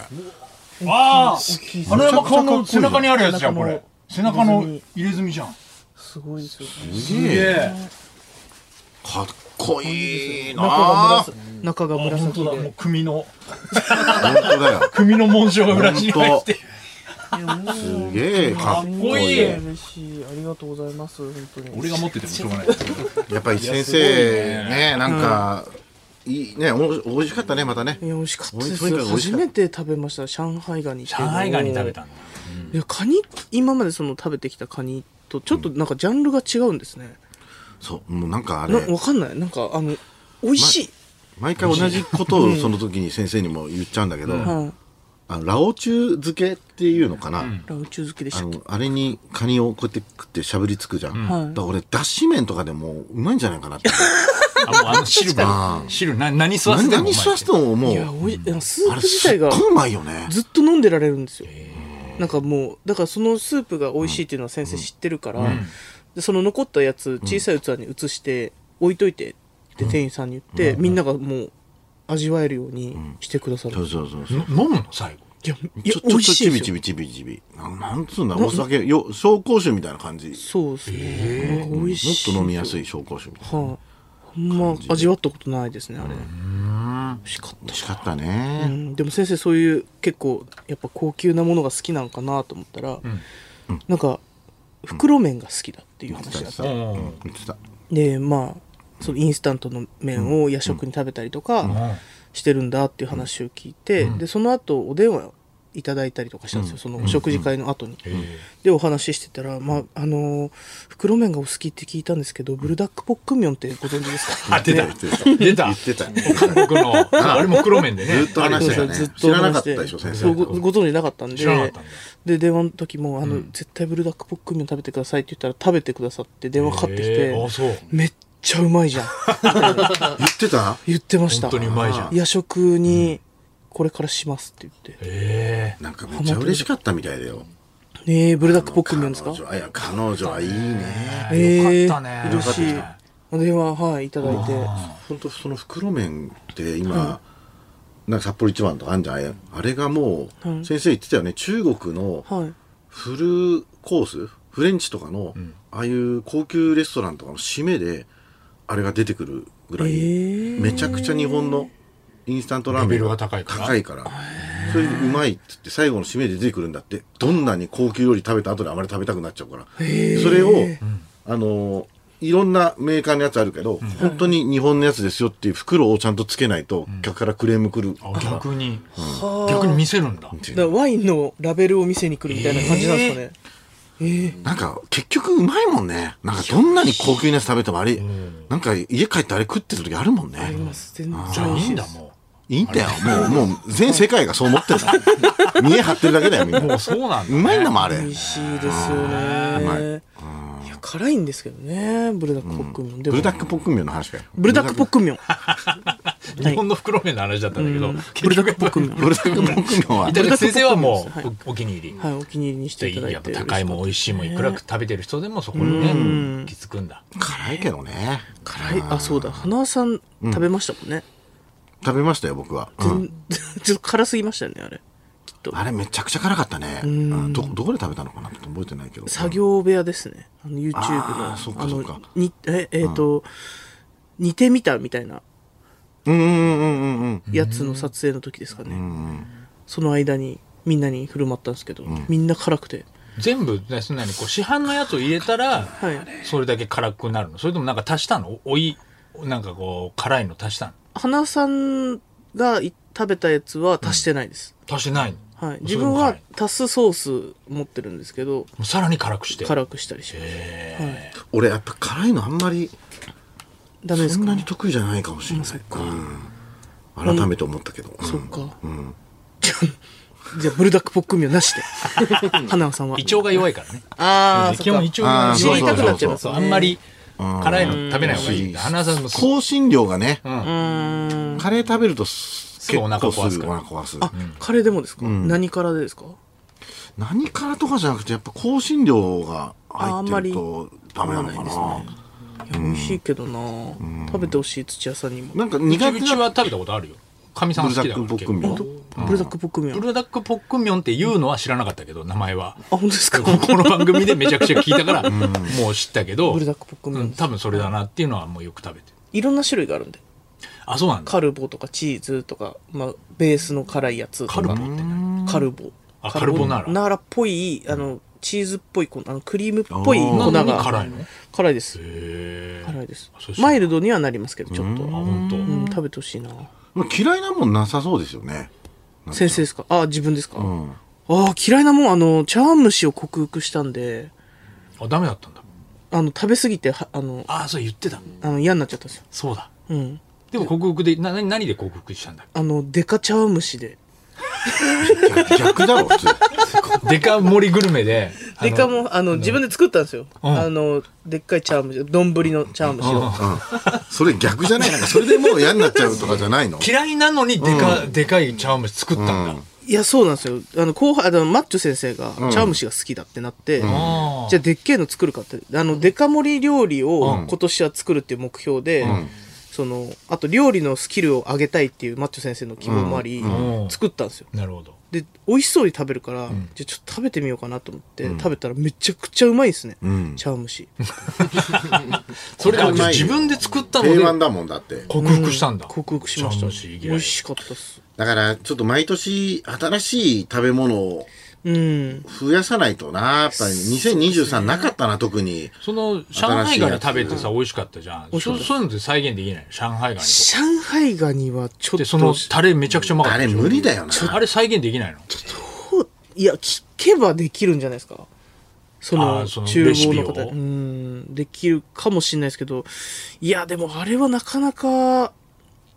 Speaker 2: ああ
Speaker 4: きい
Speaker 2: 花山薫の背中にあるやつじゃんこれ背
Speaker 4: 背中
Speaker 2: 中
Speaker 4: の
Speaker 2: の入れ墨じゃん
Speaker 4: すごいですよ。
Speaker 3: す
Speaker 2: す
Speaker 3: げ
Speaker 2: げ
Speaker 3: え
Speaker 2: え
Speaker 3: かっこいいな
Speaker 4: 中
Speaker 3: あ本
Speaker 4: が紫。中が
Speaker 2: あ本当
Speaker 4: 紫
Speaker 2: だも
Speaker 4: で
Speaker 2: う。組の
Speaker 3: 当だよ
Speaker 2: 組の紋章が裏地に入ってる
Speaker 3: すげえかっこいい
Speaker 2: かっ
Speaker 4: 嬉しい。ありがとうございます。本当に。
Speaker 2: 俺が持っててもしょうがないですけど
Speaker 3: やっぱり先生ねなんかいいねおい美味しかったねまたね
Speaker 4: いや、美味しかったで
Speaker 3: とにか
Speaker 4: す。
Speaker 3: く美味しか
Speaker 4: 初
Speaker 3: った
Speaker 4: めて食べました。上海ガニっていう
Speaker 2: 上
Speaker 4: のを。
Speaker 2: 海ガニ食べたんだ
Speaker 4: いや、カニ、今までその食べてきたカニと、ちょっとなんかジャンルが違うんですね。
Speaker 3: そうもうなんかあれ
Speaker 4: な、わかんない。なんか、あの、美味しい。
Speaker 3: 毎回同じことをその時に先生にも言っちゃうんだけど
Speaker 4: はい。
Speaker 3: あのラオチュウ漬けっていうのかな、
Speaker 4: ラウチュウ漬けでし
Speaker 3: あ
Speaker 4: たっけ
Speaker 3: の、あれにカニをこうやって食ってしゃぶりつくじゃん。
Speaker 4: はい
Speaker 3: だから俺、だし麺とかでもううまいんじゃないかなって。
Speaker 2: あもうあの汁が汁な何吸わせ
Speaker 3: 何
Speaker 2: てもうま
Speaker 3: 何
Speaker 2: い
Speaker 3: 吸わせてもも
Speaker 4: いや、
Speaker 3: う、
Speaker 4: 美味しいいや。スー
Speaker 3: あれ
Speaker 4: プ自
Speaker 3: すっ
Speaker 4: 体
Speaker 3: ご
Speaker 4: が
Speaker 3: いうまいよね。
Speaker 4: ずっと飲んでられるんですよ。なんかもう、だからそのスープが美味しいっていうのは先生知ってるから、でその残ったやつ小さい器に移して置いといてって店員さんに言って、みんながもう味わえるようにしてくださる。
Speaker 3: そ
Speaker 4: いう
Speaker 3: そうそうそう。
Speaker 2: 飲むの最後
Speaker 4: や、い
Speaker 3: ち
Speaker 4: や
Speaker 3: ょ、
Speaker 4: 美
Speaker 3: ちょ
Speaker 4: 味
Speaker 3: ちょ
Speaker 4: しい
Speaker 3: ち
Speaker 4: で
Speaker 3: び
Speaker 4: す
Speaker 3: ち
Speaker 4: よ。
Speaker 3: びちびちび。なんなんつうんだ、お酒、よ紹興酒みたいな感じ。
Speaker 4: そうですね。なんか美味
Speaker 3: もっ
Speaker 4: し
Speaker 3: と
Speaker 4: い。
Speaker 3: 飲みやすい紹興酒みたいな。
Speaker 4: はい、ほんま味わったことないですねあれ美味しかっ
Speaker 3: 美味しかった
Speaker 4: た、う
Speaker 3: ね。
Speaker 4: ん、でも先生そういう結構やっぱ高級なものが好きなんかなと思ったら、なんか袋麺が好きだっていう
Speaker 3: 言っ
Speaker 4: 話
Speaker 3: て
Speaker 4: だ
Speaker 3: た
Speaker 4: った、
Speaker 2: ん
Speaker 3: うん言ってた。
Speaker 4: でまあそのインスタントの麺を夜食に食べたりとかしてるんだっていう話を聞いて、でその後お電話いただいたりとかしたんですよ、そのお食事会の後に、でお話ししてたら「まああのー袋麺がお好きって聞いたんですけどブルダックポックンミョンってご存知ですか?」
Speaker 2: あ出た
Speaker 3: 言ってた。
Speaker 2: 出た
Speaker 3: 言ってたよ。
Speaker 2: 韓国のあれも黒麺でね
Speaker 3: ずっと話してたね
Speaker 4: ずっと
Speaker 3: 知らなかったでしょ先生
Speaker 4: そうごご存知なかったんで
Speaker 2: 知らなかったんだ
Speaker 4: で電話の時もあの、絶対ブルダックポックンミョン食べてください」って言ったら食べてくださって電話かかってきて、
Speaker 2: へーあそう
Speaker 4: めっちゃうまいじゃん」
Speaker 3: 言ってた
Speaker 4: 言ってました
Speaker 2: 本当にうまいじゃん
Speaker 4: 夜食にこれからしますって言って、
Speaker 2: え
Speaker 3: なんかめっちゃ嬉しかったみたいだよ。
Speaker 4: ねえブルダックポックンミョンですか
Speaker 3: 彼女はいや、彼女はいいね。
Speaker 4: ええ
Speaker 2: よかったね
Speaker 4: 嬉しい
Speaker 2: よかっ
Speaker 4: お電話はいいただいて
Speaker 3: 本当その袋麺って今、なんか札幌一番とかあんじゃんあれあれがもう、先生言ってたよね中国の
Speaker 4: はい
Speaker 3: フルコースフレンチとかの、ああいう高級レストランとかの締めであれが出てくるぐらい、
Speaker 4: ー
Speaker 3: めちゃくちゃ日本のインスタントラーメン
Speaker 2: レベルが高いから
Speaker 3: 高いからそれでうまいって言って最後の締めで出てくるんだってどんなに高級料理食べた後であまり食べたくなっちゃうからそれを、あのいろんなメーカーのやつあるけど、本当に日本のやつですよっていう袋をちゃんとつけないと客からクレームくるから、
Speaker 2: あ逆に逆に見せるんだ
Speaker 4: だからワインのラベルを見せに来るみたいな感じなんですかね、
Speaker 3: なんか結局うまいもんねなんかどんなに高級なやつ食べてもあれ、なんか家帰ってあれ食ってる時あるもんね
Speaker 4: あります全然
Speaker 2: じゃあいいんだ
Speaker 4: ん
Speaker 2: も
Speaker 3: いいんだよもうもう全世界がそう思ってるから
Speaker 4: [laughs]
Speaker 3: 見え張ってるだけだよみん
Speaker 2: うも
Speaker 3: な
Speaker 2: うそうなんだ
Speaker 3: うまいんだもんあれ
Speaker 4: 美味しいですよねいや辛いんですけどねブルダックポックンミョン、で
Speaker 3: ブ
Speaker 4: も
Speaker 3: ルダックポックンミョンの話かよ
Speaker 4: ブルダックポックンミョン
Speaker 2: 日本の袋麺の話だったんだけど
Speaker 4: ブルダックポックンミョン
Speaker 3: ブルダックポックンミョンは
Speaker 2: イタリア先生はも
Speaker 4: ブルダックポックンミョンで
Speaker 2: うおお気に入り
Speaker 4: はいお気に入りにしていただい
Speaker 2: やっぱ
Speaker 4: て
Speaker 2: 高いもん美味しいもんいくら食べてる人でもそこにね気づくんだ
Speaker 3: 辛いけどね
Speaker 4: 辛いあそうだ花輪さん食べましたもんね、
Speaker 3: 食べましたよ、僕は。うん
Speaker 4: [laughs] ちょっと辛すぎましたよねあれきっと
Speaker 3: あれめちゃくちゃ辛かったね。うんど、どこで食べたのかなちょっと覚えてないけど。
Speaker 4: 作業部屋ですねあの YouTube の
Speaker 3: あーそっかそっか
Speaker 4: のにええーと、似てみたみたいな
Speaker 3: うんうんうんうんうん。
Speaker 4: やつの撮影の時ですかね、その間にみんなに振る舞ったんですけど、みんな辛くて
Speaker 2: 全部ねそんなにこう市販のやつを入れたら、
Speaker 4: い
Speaker 2: それだけ辛くなるのそれともなんか足したのおおいなんかこう辛いの足したの
Speaker 4: 花さんがい食べたやつは足してないです、
Speaker 2: 足してないの、
Speaker 4: はい、
Speaker 2: それも
Speaker 4: 自分は
Speaker 2: 辛い
Speaker 4: 足すソース持ってるんですけど
Speaker 2: もうさらに辛くして
Speaker 4: 辛くしたりします
Speaker 3: 俺やっぱ辛いのあんまり
Speaker 4: ダメで
Speaker 3: そ
Speaker 4: す
Speaker 3: ん
Speaker 4: か
Speaker 3: なに得意じゃないかもしれない。うん改めて思ったけど。うん
Speaker 4: そっか、じゃ [laughs] あじゃあブルダックポックミは
Speaker 2: [laughs]
Speaker 4: なしで花さんは
Speaker 2: 胃腸が弱いからね
Speaker 4: ああ
Speaker 2: 基本胃腸
Speaker 3: あ
Speaker 2: が
Speaker 3: ー
Speaker 4: そっ
Speaker 2: 弱
Speaker 4: か
Speaker 2: いから
Speaker 4: 胃痛くなっちゃいます
Speaker 2: そう
Speaker 4: ね
Speaker 2: あんまり辛いの食べない方がいい
Speaker 3: うん
Speaker 2: 花さんもそう
Speaker 3: 香辛料がね、
Speaker 4: うん
Speaker 3: カレー食べるとす
Speaker 2: すぐ
Speaker 3: 結
Speaker 2: お腹
Speaker 3: 構
Speaker 2: 壊す
Speaker 3: す
Speaker 2: か
Speaker 3: ぐ
Speaker 2: ら
Speaker 3: お腹壊す。
Speaker 4: あ、カレーでもですか、何からでですか
Speaker 3: 何からとかじゃなくて、やっぱ香辛料が入ってるとダメなの
Speaker 4: 合わない
Speaker 3: か
Speaker 4: で
Speaker 3: な。
Speaker 4: いや美味しいけどな、食べてほしい土屋さんにも、
Speaker 3: なんか
Speaker 2: うち
Speaker 3: 苦手
Speaker 2: うち
Speaker 3: な
Speaker 2: は食べたことあるよかみさんが好きだから
Speaker 3: ブルダックポックミ
Speaker 2: 結構
Speaker 3: ョン。
Speaker 4: ブルダックポックミは
Speaker 2: ブルダックポックミョンっていうのは知らなかったけど名前は
Speaker 4: あ本当です
Speaker 2: [laughs]
Speaker 4: か
Speaker 2: この番組でめちゃくちゃ聞いたからもう知ったけど
Speaker 4: ブルダックポックミョン
Speaker 2: うん多分それだなっていうのはもうよく食べてる
Speaker 4: いろんな種類があるんで
Speaker 2: あそうなんだ
Speaker 4: カルボとかチーズとか、まあ、ベースの辛いやつと
Speaker 2: カ
Speaker 4: か
Speaker 2: ルボって何
Speaker 4: カルボ
Speaker 2: あカルボナーラ
Speaker 4: ナーラっぽいあのチーズっぽい粉あのクリームっぽい
Speaker 3: あー
Speaker 4: 粉
Speaker 2: なのに
Speaker 4: が
Speaker 2: 辛いのへ
Speaker 4: 辛いです
Speaker 2: え
Speaker 4: 辛いです
Speaker 2: あそうです
Speaker 4: マイルドにはなりますけどちょっと
Speaker 2: あ
Speaker 4: う
Speaker 2: 本当
Speaker 4: ん食べてほしいな
Speaker 3: 嫌いなもんなさそうですよね。
Speaker 4: 先生ですかあ自分ですか、
Speaker 3: うん。
Speaker 4: あー嫌いなもんあの茶碗蒸しを克服したんで
Speaker 2: あダメだったんだ
Speaker 4: あの食べ過ぎてはあの
Speaker 2: あそう言ってた
Speaker 4: あの嫌になっちゃったんですよ
Speaker 2: そうだ
Speaker 4: うん
Speaker 2: でも克服でな何何で克服したんだ
Speaker 4: あのデカ茶碗蒸しで
Speaker 3: 逆逆だろ、
Speaker 2: [laughs]
Speaker 3: 普通。
Speaker 2: デカ盛りグルメであの
Speaker 4: [laughs] デカもあの自分で作ったんですよ、
Speaker 2: ん
Speaker 4: あのでっかい茶碗蒸し丼の茶碗蒸しを、
Speaker 3: うんそれ逆じゃないなんかそれでもう嫌になっちゃうとかじゃないの
Speaker 2: 嫌いなのにでかでかい茶碗蒸し作ったんだ
Speaker 4: いやそうなんですよあの後輩あのマッチョ先生が茶碗蒸しが好きだってなって、
Speaker 2: あー
Speaker 4: じゃあでっけえの作るかってあのデカ盛り料理を今年は作るっていう目標で、そのあと料理のスキルを上げたいっていうマッチョ先生の希望もあり、
Speaker 2: うん
Speaker 4: 作ったんですよ
Speaker 2: なるほど
Speaker 4: で美味しそうに食べるから、じゃあちょっと食べてみようかなと思って、食べたらめちゃくちゃうまいですね、茶碗蒸し
Speaker 2: それ
Speaker 3: これう
Speaker 2: で
Speaker 3: まい
Speaker 2: 自分で作ったの
Speaker 3: 定
Speaker 2: で
Speaker 3: 番だもんだって
Speaker 2: 克服したんだ
Speaker 4: 克服しま
Speaker 2: 茶
Speaker 4: した
Speaker 2: 碗蒸し以
Speaker 4: 美味
Speaker 2: 外
Speaker 4: しかったっす
Speaker 3: だからちょっと毎年新しい食べ物を
Speaker 4: うん
Speaker 3: 増やさないとなやっぱり2023なかったな特に
Speaker 2: その上海ガニ食べてさ美味しかったじゃんそそういうのって再現できないの上海ガニとか
Speaker 4: 上海ガニはちょっ
Speaker 2: で
Speaker 4: と
Speaker 2: そのタレめちゃくちゃうまかっ
Speaker 3: あ
Speaker 2: た
Speaker 3: れ
Speaker 2: でしょ
Speaker 3: 無理だよな
Speaker 2: あれ再現できないの
Speaker 4: いや聞けばできるんじゃないですかそ
Speaker 2: あ
Speaker 4: の
Speaker 2: ーその
Speaker 4: 厨房の
Speaker 2: レシ
Speaker 4: 方
Speaker 2: ピを
Speaker 4: うんできるかもしれないですけどいやでもあれはなかなか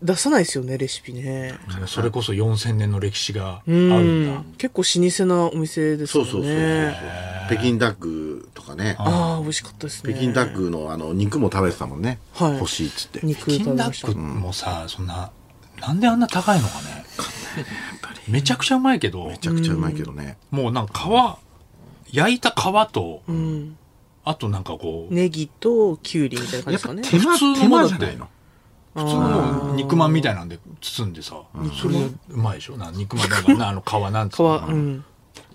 Speaker 4: 出さないですよねレシピね
Speaker 2: それこそ4000年の歴史がある
Speaker 4: うん
Speaker 2: だ
Speaker 4: ん結構老舗なお店です
Speaker 3: そ
Speaker 4: よ
Speaker 3: う
Speaker 4: ね
Speaker 3: そうそうそう北京ダックとかね
Speaker 4: ああ美味しかったですね
Speaker 3: 北京ダックのあの肉も食べてたもんね
Speaker 4: はい
Speaker 3: 欲しいっつって
Speaker 4: 肉
Speaker 2: 北
Speaker 4: 食べ
Speaker 2: 京ダ
Speaker 4: まし
Speaker 2: ッ
Speaker 4: た
Speaker 2: クもさそんななんであんな高いのかねめちゃくちゃうまいけど
Speaker 3: めちゃくちゃうまいけどね
Speaker 2: もうなんか皮焼いた皮とあとなんかこう
Speaker 4: ネギときゅうりみたいな感
Speaker 3: や
Speaker 4: じで
Speaker 3: っ
Speaker 4: すか
Speaker 3: ぱ
Speaker 4: ね
Speaker 2: 普
Speaker 3: 手間手
Speaker 2: 通のものだ
Speaker 3: 間
Speaker 2: っ
Speaker 3: じゃ
Speaker 2: て
Speaker 3: ないの
Speaker 2: 普通の肉まんみたいなんで包んでさそれうまいでしょな肉まんだ [laughs] からなあの皮なんつ
Speaker 4: 皮
Speaker 2: うの
Speaker 4: うん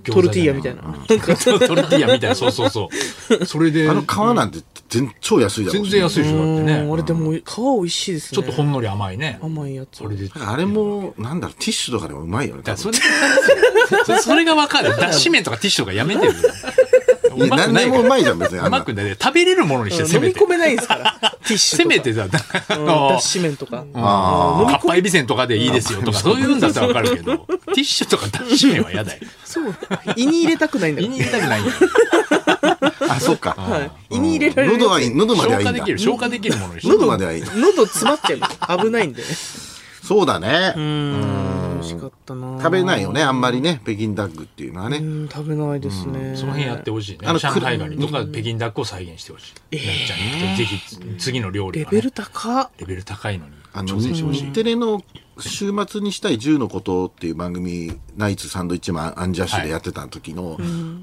Speaker 2: 餃子じゃ
Speaker 4: トルティーヤみたいななんか
Speaker 2: そうトルティーヤみたいなそうそうそう [laughs] それで
Speaker 3: あの皮なんて全超安いだろ
Speaker 2: 全
Speaker 3: うし
Speaker 2: 然安いでしょだって
Speaker 4: うんあ
Speaker 2: ね
Speaker 4: れでも皮美味しいですね
Speaker 2: ちょっとほんのり甘いね
Speaker 4: 甘いやつ
Speaker 2: それで
Speaker 3: だからあれもなんだろうティッシュとかでもうまいよね
Speaker 2: だ
Speaker 3: 多
Speaker 2: そ
Speaker 3: 分
Speaker 2: れ [laughs] それそれが分かるだし麺とかティッシュとかやめてる
Speaker 3: いや何でもうまいじゃん別にあ
Speaker 2: うん
Speaker 3: な
Speaker 2: まくない食べれるものにしてせ
Speaker 4: 飲
Speaker 2: め
Speaker 4: み
Speaker 2: て
Speaker 4: 込めないんですから
Speaker 2: [laughs]
Speaker 4: ティッシュ
Speaker 2: せ
Speaker 4: とか
Speaker 2: めてさ [laughs] あ
Speaker 4: うん
Speaker 2: の
Speaker 4: 脱脂麺とか
Speaker 3: あ
Speaker 2: かっぱえびせんとかでいいですよとかそういうんだったら分かるけどティッシュとかだし麺は嫌だよ
Speaker 4: そう胃に入れたくないんだ
Speaker 2: 胃
Speaker 4: か
Speaker 2: に入れたくないよ
Speaker 3: ーあそっか
Speaker 4: ら、はい、胃に入れられる
Speaker 3: 喉はいい喉まで
Speaker 2: 消
Speaker 3: はいい
Speaker 2: 化
Speaker 3: ん
Speaker 2: で
Speaker 3: だ
Speaker 2: きる消化できるものにして
Speaker 3: 喉まではいいの
Speaker 4: 喉詰まっちゃいます危ないんで
Speaker 3: そうだね
Speaker 4: うん美味しかったな
Speaker 3: 食べないよねあんまりね北京ダックっていうのは
Speaker 4: う
Speaker 3: ね
Speaker 4: ん食べないですね
Speaker 2: その辺やってほしいね
Speaker 3: あの
Speaker 2: 上海ガニとか北京ダックを再現してほしい、なっちゃんにぜひ次の料理
Speaker 4: レ
Speaker 2: は、ね、
Speaker 4: ベル高っ
Speaker 2: レベル高いのに
Speaker 3: あの日テレの「週末にしたい10のこと」っていう番組ナイツサンドイッチマンアンジャッシュでやってた時の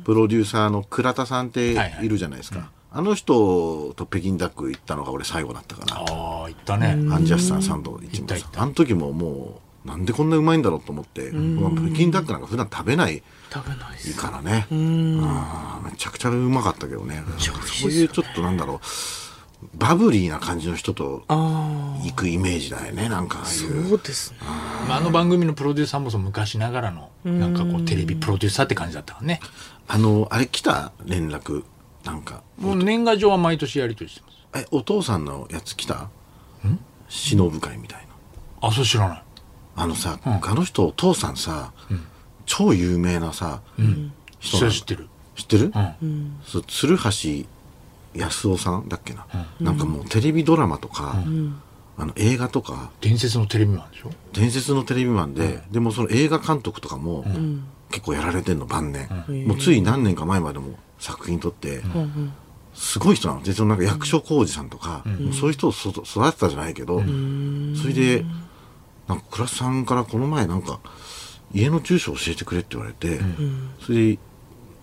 Speaker 3: プロデューサーの倉田さんって
Speaker 2: はいはい
Speaker 3: いるじゃないですか、あの人と北京ダック行ったのが俺最後だったかな
Speaker 2: ああ、行ったね。
Speaker 3: アンジャスタンサンド一
Speaker 2: 行った
Speaker 3: 番
Speaker 2: 行った
Speaker 3: あの時ももうなんでこんなうまいんだろうと思ってまあ北京ダックなんか普段食べない
Speaker 4: 食べないっす
Speaker 3: からねあーめちゃくちゃうまかったけどねそういうちょっとなんだろうバブリーな感じの人と
Speaker 4: あ
Speaker 3: 行くイメージだよねなんかああい
Speaker 4: あ
Speaker 3: う
Speaker 4: そうですね
Speaker 2: まあ、あの番組のプロデューサーもそう昔ながらの、なんかこう、テレビプロデューサーって感じだったからね。
Speaker 3: あのあれ来た連絡なんか
Speaker 2: もう年賀状は毎年やりとりしてます。
Speaker 3: えお父さんのやつ来た忍ぶ会みたいな
Speaker 2: あ、そう知らない。
Speaker 3: あのさ、あの人お父さんさ、超有名なさ、人
Speaker 2: それ
Speaker 3: なの
Speaker 2: 知ってる。
Speaker 3: 知ってる、
Speaker 2: う
Speaker 3: そう鶴橋康夫さんだっけな、なんかもうテレビドラマとか、あの映画とか
Speaker 2: 伝説のテレビマンでしょ
Speaker 3: 伝説のテレビマンで、でもその映画監督とかも、結構やられてんの晩年、もうつい何年か前までも作品撮って、すごい人なのでそのなんか役所広司さんとか、もうそういう人をそ育てたじゃないけど、それでなんか倉田さんからこの前なんか家の住所教えてくれって言われて、それで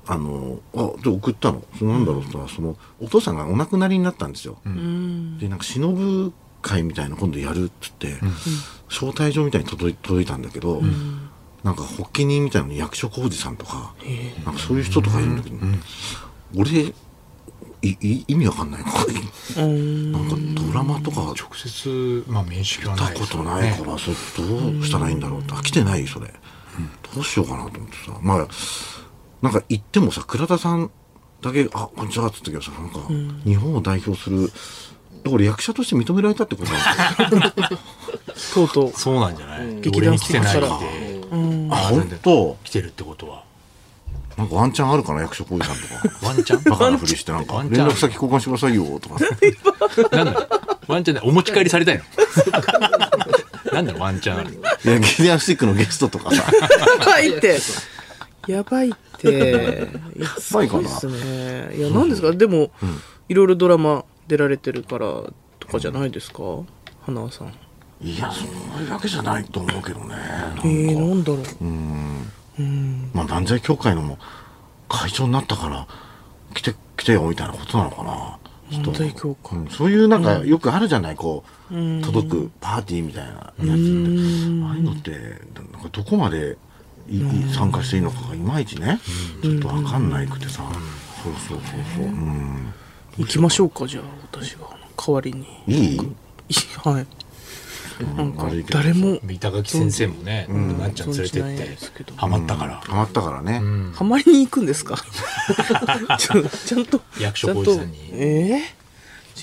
Speaker 3: あのあで送ったのそのなんだろうってのはそのお父さんがお亡くなりになったんですよ、でなんか忍ぶ会みたいなの今度やるっつって、招待状みたいに届い届いたんだけど、なんか発起人みたいなのに役所広司さんとか,、なんかそういう人とかいるんだけど、俺いい意味わかんないなんかドラマとか
Speaker 2: 直接、まあ、面識は
Speaker 3: 見た
Speaker 2: ないで
Speaker 3: こ
Speaker 2: す
Speaker 3: と
Speaker 2: よね。
Speaker 3: ないから、それどうしたらいいんだろうって飽きてないそれ、どうしようかなと思ってさまあなんか行ってもさ倉田さんだけ「あこんにちは」っつったけどさなんか日本を代表するだから役者として認められたってことなんだよ
Speaker 4: とうとう
Speaker 2: そうなんじゃない
Speaker 4: 劇
Speaker 2: 俺
Speaker 4: 団
Speaker 2: に
Speaker 4: ス
Speaker 2: 来
Speaker 4: テ
Speaker 2: て
Speaker 4: ージ
Speaker 2: ない
Speaker 4: から
Speaker 2: って、
Speaker 3: あ本当
Speaker 2: 来てるってことは。
Speaker 3: なんかワンチャンあるかな役所広司さんとか
Speaker 2: ワンチャン
Speaker 3: バカなふりしてなんか
Speaker 2: ワンチャ
Speaker 3: 連
Speaker 2: ン
Speaker 3: 絡先交換してくださいよと
Speaker 2: [laughs]
Speaker 3: か
Speaker 2: なんだろうワンチャンでお持ち帰りされたいのなんだろうワンチャンある
Speaker 3: いやゲリアンスティックのゲストとかさ
Speaker 4: やばいってやばいってやばいかなすごいっすねいや何ですかでもいろいろドラマ出られてるからとかじゃないですか花輪さん
Speaker 3: いやそれだけじゃないと思うけどねなんか
Speaker 4: えー、なんだろう
Speaker 3: まあ、漫才協会のも会長になったから来て来てよみたいなことなのかなちょっと
Speaker 4: 漫才協会
Speaker 3: うんそういうなんかよくあるじゃないこう届くパーティーみたいなやつってああいうのってなんかどこまでいい参加していいのかがいまいちねちょっと分かんないくてさそうそうそうそううん
Speaker 4: 行きましょうかじゃあ私が代わりに
Speaker 3: いい
Speaker 4: いはいなんか
Speaker 3: 悪いけど
Speaker 4: 誰も
Speaker 2: 板垣先生もね、なっちゃん連れて
Speaker 4: 存じない
Speaker 2: っ
Speaker 4: ですけ
Speaker 2: て
Speaker 4: ど
Speaker 2: ハマったから、
Speaker 3: ハマったからね
Speaker 4: ハマりに行くんですか [laughs] ちょちゃんと
Speaker 2: 役所広司さんに
Speaker 4: ちゃとえ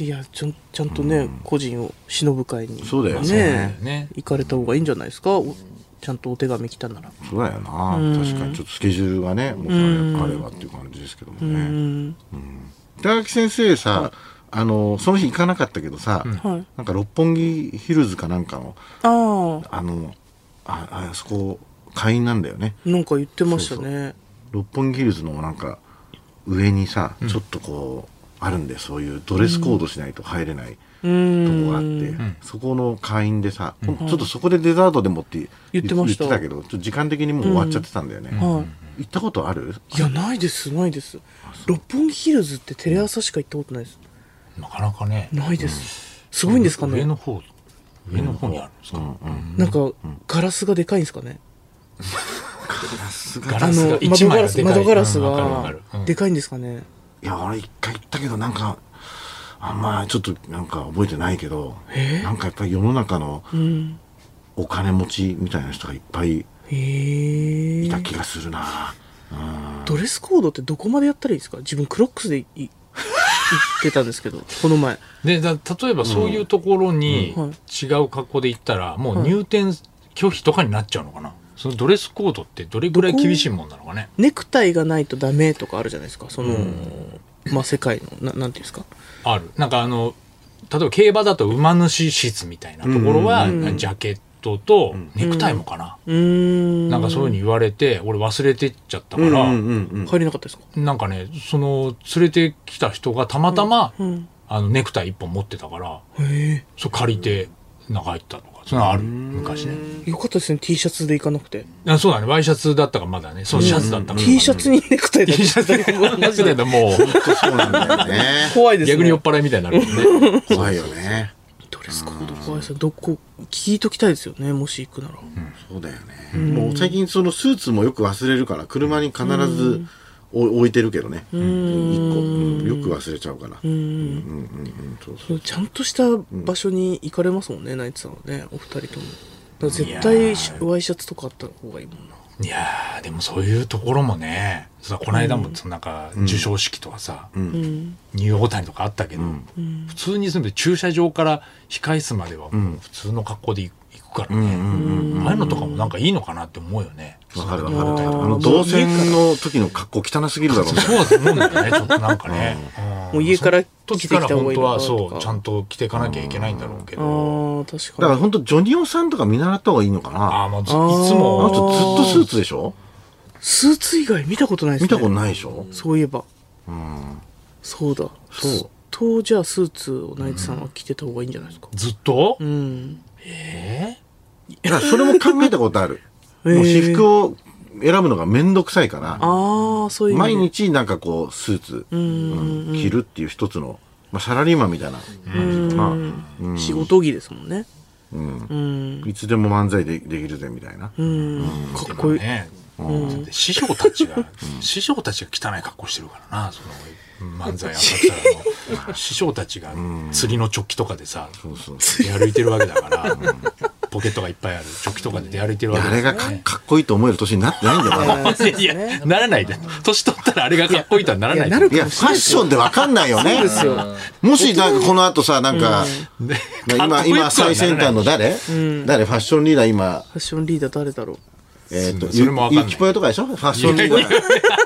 Speaker 4: ーいやちゃんちゃんとね、個人を忍ぶ会に
Speaker 3: そうだよね
Speaker 2: ね
Speaker 4: 行かれた方がいいんじゃないですかおちゃんとお手紙来たなら
Speaker 3: そうだよな確かにちょっとスケジュールがねもしあればっていう感じですけどもねうん板垣先生さあのその日行かなかったけどさ
Speaker 4: はい
Speaker 3: なんか六本木ヒルズかなんかの
Speaker 4: ああ
Speaker 3: あのああそこ会員なんだよね
Speaker 4: なんか言ってましたね
Speaker 3: 六本木ヒルズのなんか上にさちょっとこうあるんでそういうドレスコードしないと入れないと
Speaker 4: うーん
Speaker 3: こがあってそこの会員でさちょっとそこでデザートでもって
Speaker 4: 言ってました
Speaker 3: 言ってたけどちょっと時間的にもう終わっちゃってたんだよね
Speaker 4: はい
Speaker 3: 行ったことある
Speaker 4: いやないですないです六本木ヒルズってテレ朝しか行ったことないです
Speaker 2: なかなかね
Speaker 4: ないですすごいんですかね
Speaker 2: 上の方上の方にあるんですか、
Speaker 4: なんかガラスがでかいんですかね
Speaker 2: ガ
Speaker 4: あ
Speaker 2: ラス
Speaker 4: の
Speaker 2: が一
Speaker 4: 窓ガ
Speaker 2: 枚
Speaker 4: ラ
Speaker 2: が
Speaker 4: ス
Speaker 2: でかい
Speaker 4: 窓ガラス
Speaker 2: うんわかるわか
Speaker 4: が
Speaker 2: るうん
Speaker 4: でかいんですかね
Speaker 3: いや俺一回行ったけどなんかあんまちょっとなんか覚えてないけどなんかやっぱり世の中のお金持ちみたいな人がいっぱい
Speaker 4: へ
Speaker 3: い
Speaker 4: え
Speaker 3: た気がするな、
Speaker 4: ドレスコードってどこまでやったらいいですか自分クロックスでい行ってたんですけど [laughs] この前
Speaker 2: でだ例えばそういうところに
Speaker 4: うんうん
Speaker 2: 違う格好で行ったら、もう入店拒否とかになっちゃうのかなそのドレスコードってどれぐらい厳しいもんなのかね
Speaker 4: ネクタイがないとダメとかあるじゃないですかその、まあ世界のななんていうんですか
Speaker 2: あるなんかあの例えば競馬だと馬主室みたいなところは、ジャケットとネクタイもかな、
Speaker 4: うーん
Speaker 2: なんかそういうふうに言われて俺忘れてっちゃったから、
Speaker 4: 入れなかったですか
Speaker 2: なんかねその連れてきた人がたまたま、あのネクタイ一本持ってたから、
Speaker 4: へえ
Speaker 2: そう借りて中入ったとかそういうのある昔ね
Speaker 4: よかったですね T シャツで行かなくて、
Speaker 2: あそうだねワイシャツだったかまだねそうシャツだったか
Speaker 4: T シャツにネクタイだ
Speaker 2: T [laughs] シャツ
Speaker 4: ったマジで
Speaker 2: だもう
Speaker 3: そうなんだよね
Speaker 4: 怖いですね
Speaker 2: 逆に酔っ払いみたいになるもんね
Speaker 3: 怖いよね
Speaker 4: ドレスコード怖いですねどこ聞いときたいですよねもし行くなら、
Speaker 3: そうだよねもう最近そのスーツもよく忘れるから車に必ずお置いてるけどね一個うんよく忘れちゃうからうんうんうんそうそう
Speaker 4: ちゃんとした場所に行かれますもんね、ナイツさんはねお二人ともだから絶対しワイシャツとかあった方がいいもんない
Speaker 2: やーでもそういうところもねさこの間もそのなんか授賞式とかさ、ニューオータニとかあったけど、普通に住んで駐車場から控室まではもう普通の格好で行くからね、ああいうのとかもなんかいいのかなって思うよね。
Speaker 3: わかるわかるあの動線の時の格好汚すぎるだろうね
Speaker 2: そうだと思うんだよ [laughs] ねちょっとなんかね。うん
Speaker 4: もう家から
Speaker 2: その時から本当はそうちゃんと着ていかなきゃいけないんだろうけ
Speaker 4: あ
Speaker 2: ど、
Speaker 4: ー確か
Speaker 3: だ
Speaker 4: に
Speaker 3: から本当ジョニオさんとか見習った方がいいのか
Speaker 2: あ
Speaker 3: な
Speaker 2: あ
Speaker 3: あ
Speaker 2: もうずいつ
Speaker 4: あ
Speaker 3: の
Speaker 2: も
Speaker 3: 人ずっとスーツでしょ
Speaker 4: スーツ以外見たことないですね
Speaker 3: 見たことないでしょ
Speaker 4: そういえばそうだ
Speaker 3: そう
Speaker 4: ずっとじゃあスーツをナイツさんは着てた方がいいんじゃないですか
Speaker 2: ずっと、
Speaker 4: うん
Speaker 2: え
Speaker 3: だからそれも考えたことある
Speaker 4: へー
Speaker 3: もう私服を選ぶのがめんどくさいから
Speaker 4: ああそういう意味
Speaker 3: 毎
Speaker 4: で
Speaker 3: 日なんかこうスーツうん着るっていう一つのまあサラリーマンみたいな感じかな
Speaker 4: 仕事着ですもんね
Speaker 3: いつでも漫才でできるぜみたいな
Speaker 4: うんかっこいい
Speaker 2: ね、師匠た
Speaker 3: [laughs]
Speaker 2: ちが、師匠たちが汚い格好してるからな、その漫才浅
Speaker 3: [laughs]
Speaker 2: 草の。師匠たちが釣りのチョッキとかでさ、
Speaker 3: そうそう
Speaker 2: 出歩いてるわけだから、ポケットがいっぱいあるチョッキとかで出歩いてるわけ
Speaker 3: あれ
Speaker 2: だ
Speaker 3: がかかっこいいと思える年になってないんだから
Speaker 4: あーそうです
Speaker 2: い
Speaker 4: ね
Speaker 2: や、ならないで。年取ったらあれがかっこいいとはなら
Speaker 4: い
Speaker 2: な
Speaker 4: や
Speaker 2: い。
Speaker 4: なる
Speaker 3: い
Speaker 4: か
Speaker 2: [laughs]
Speaker 3: や
Speaker 4: もし
Speaker 3: ファ
Speaker 4: れない
Speaker 3: ッションでわかんないよね
Speaker 4: ですよ
Speaker 3: もしなんかこの後さなんか
Speaker 2: で
Speaker 3: な
Speaker 2: かっこよくはな
Speaker 3: 今
Speaker 2: らない
Speaker 3: 今最先端の誰誰ファッションリーダー今
Speaker 4: ファッションリーダー誰だろう
Speaker 3: えっと
Speaker 2: それもわかんない
Speaker 3: ゆきぽよとかでしょファッションリーダー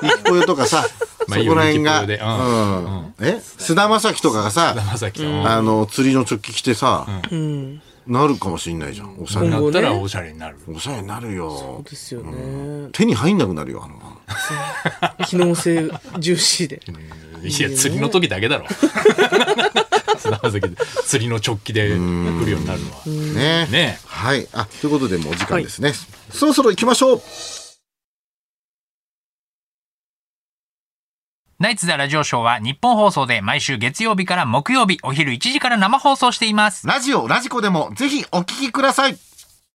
Speaker 3: ゆきぽよとかさそこ
Speaker 2: まあいいよ
Speaker 3: ら辺が
Speaker 2: ゆきぽよでう
Speaker 3: うんえ菅田将暉とかがさ
Speaker 2: まさきさん。
Speaker 3: あの釣りのチョッキ着てさなるかもしんないじゃんおしゃれ
Speaker 2: な
Speaker 4: 今
Speaker 2: っ
Speaker 4: 後
Speaker 2: た
Speaker 4: ね
Speaker 2: らおしゃれになる。
Speaker 3: おしゃれになる
Speaker 4: そう
Speaker 3: よ
Speaker 4: ですよね
Speaker 3: 手に入んなくなるよあの
Speaker 4: 機能性重視で
Speaker 2: いや、釣りの時だけだろ。 [laughs] 砂浜崎で釣りのチョッキで来るようになるのは。
Speaker 3: ね
Speaker 2: ね
Speaker 3: はい。あ、ということでもうお時間ですね。そろそろ行きましょう。
Speaker 5: ナイツザラジオショーは日本放送で毎週月曜日から木曜日お昼1時から生放送しています。
Speaker 3: ラジオ、ラジコでもぜひお聞きください。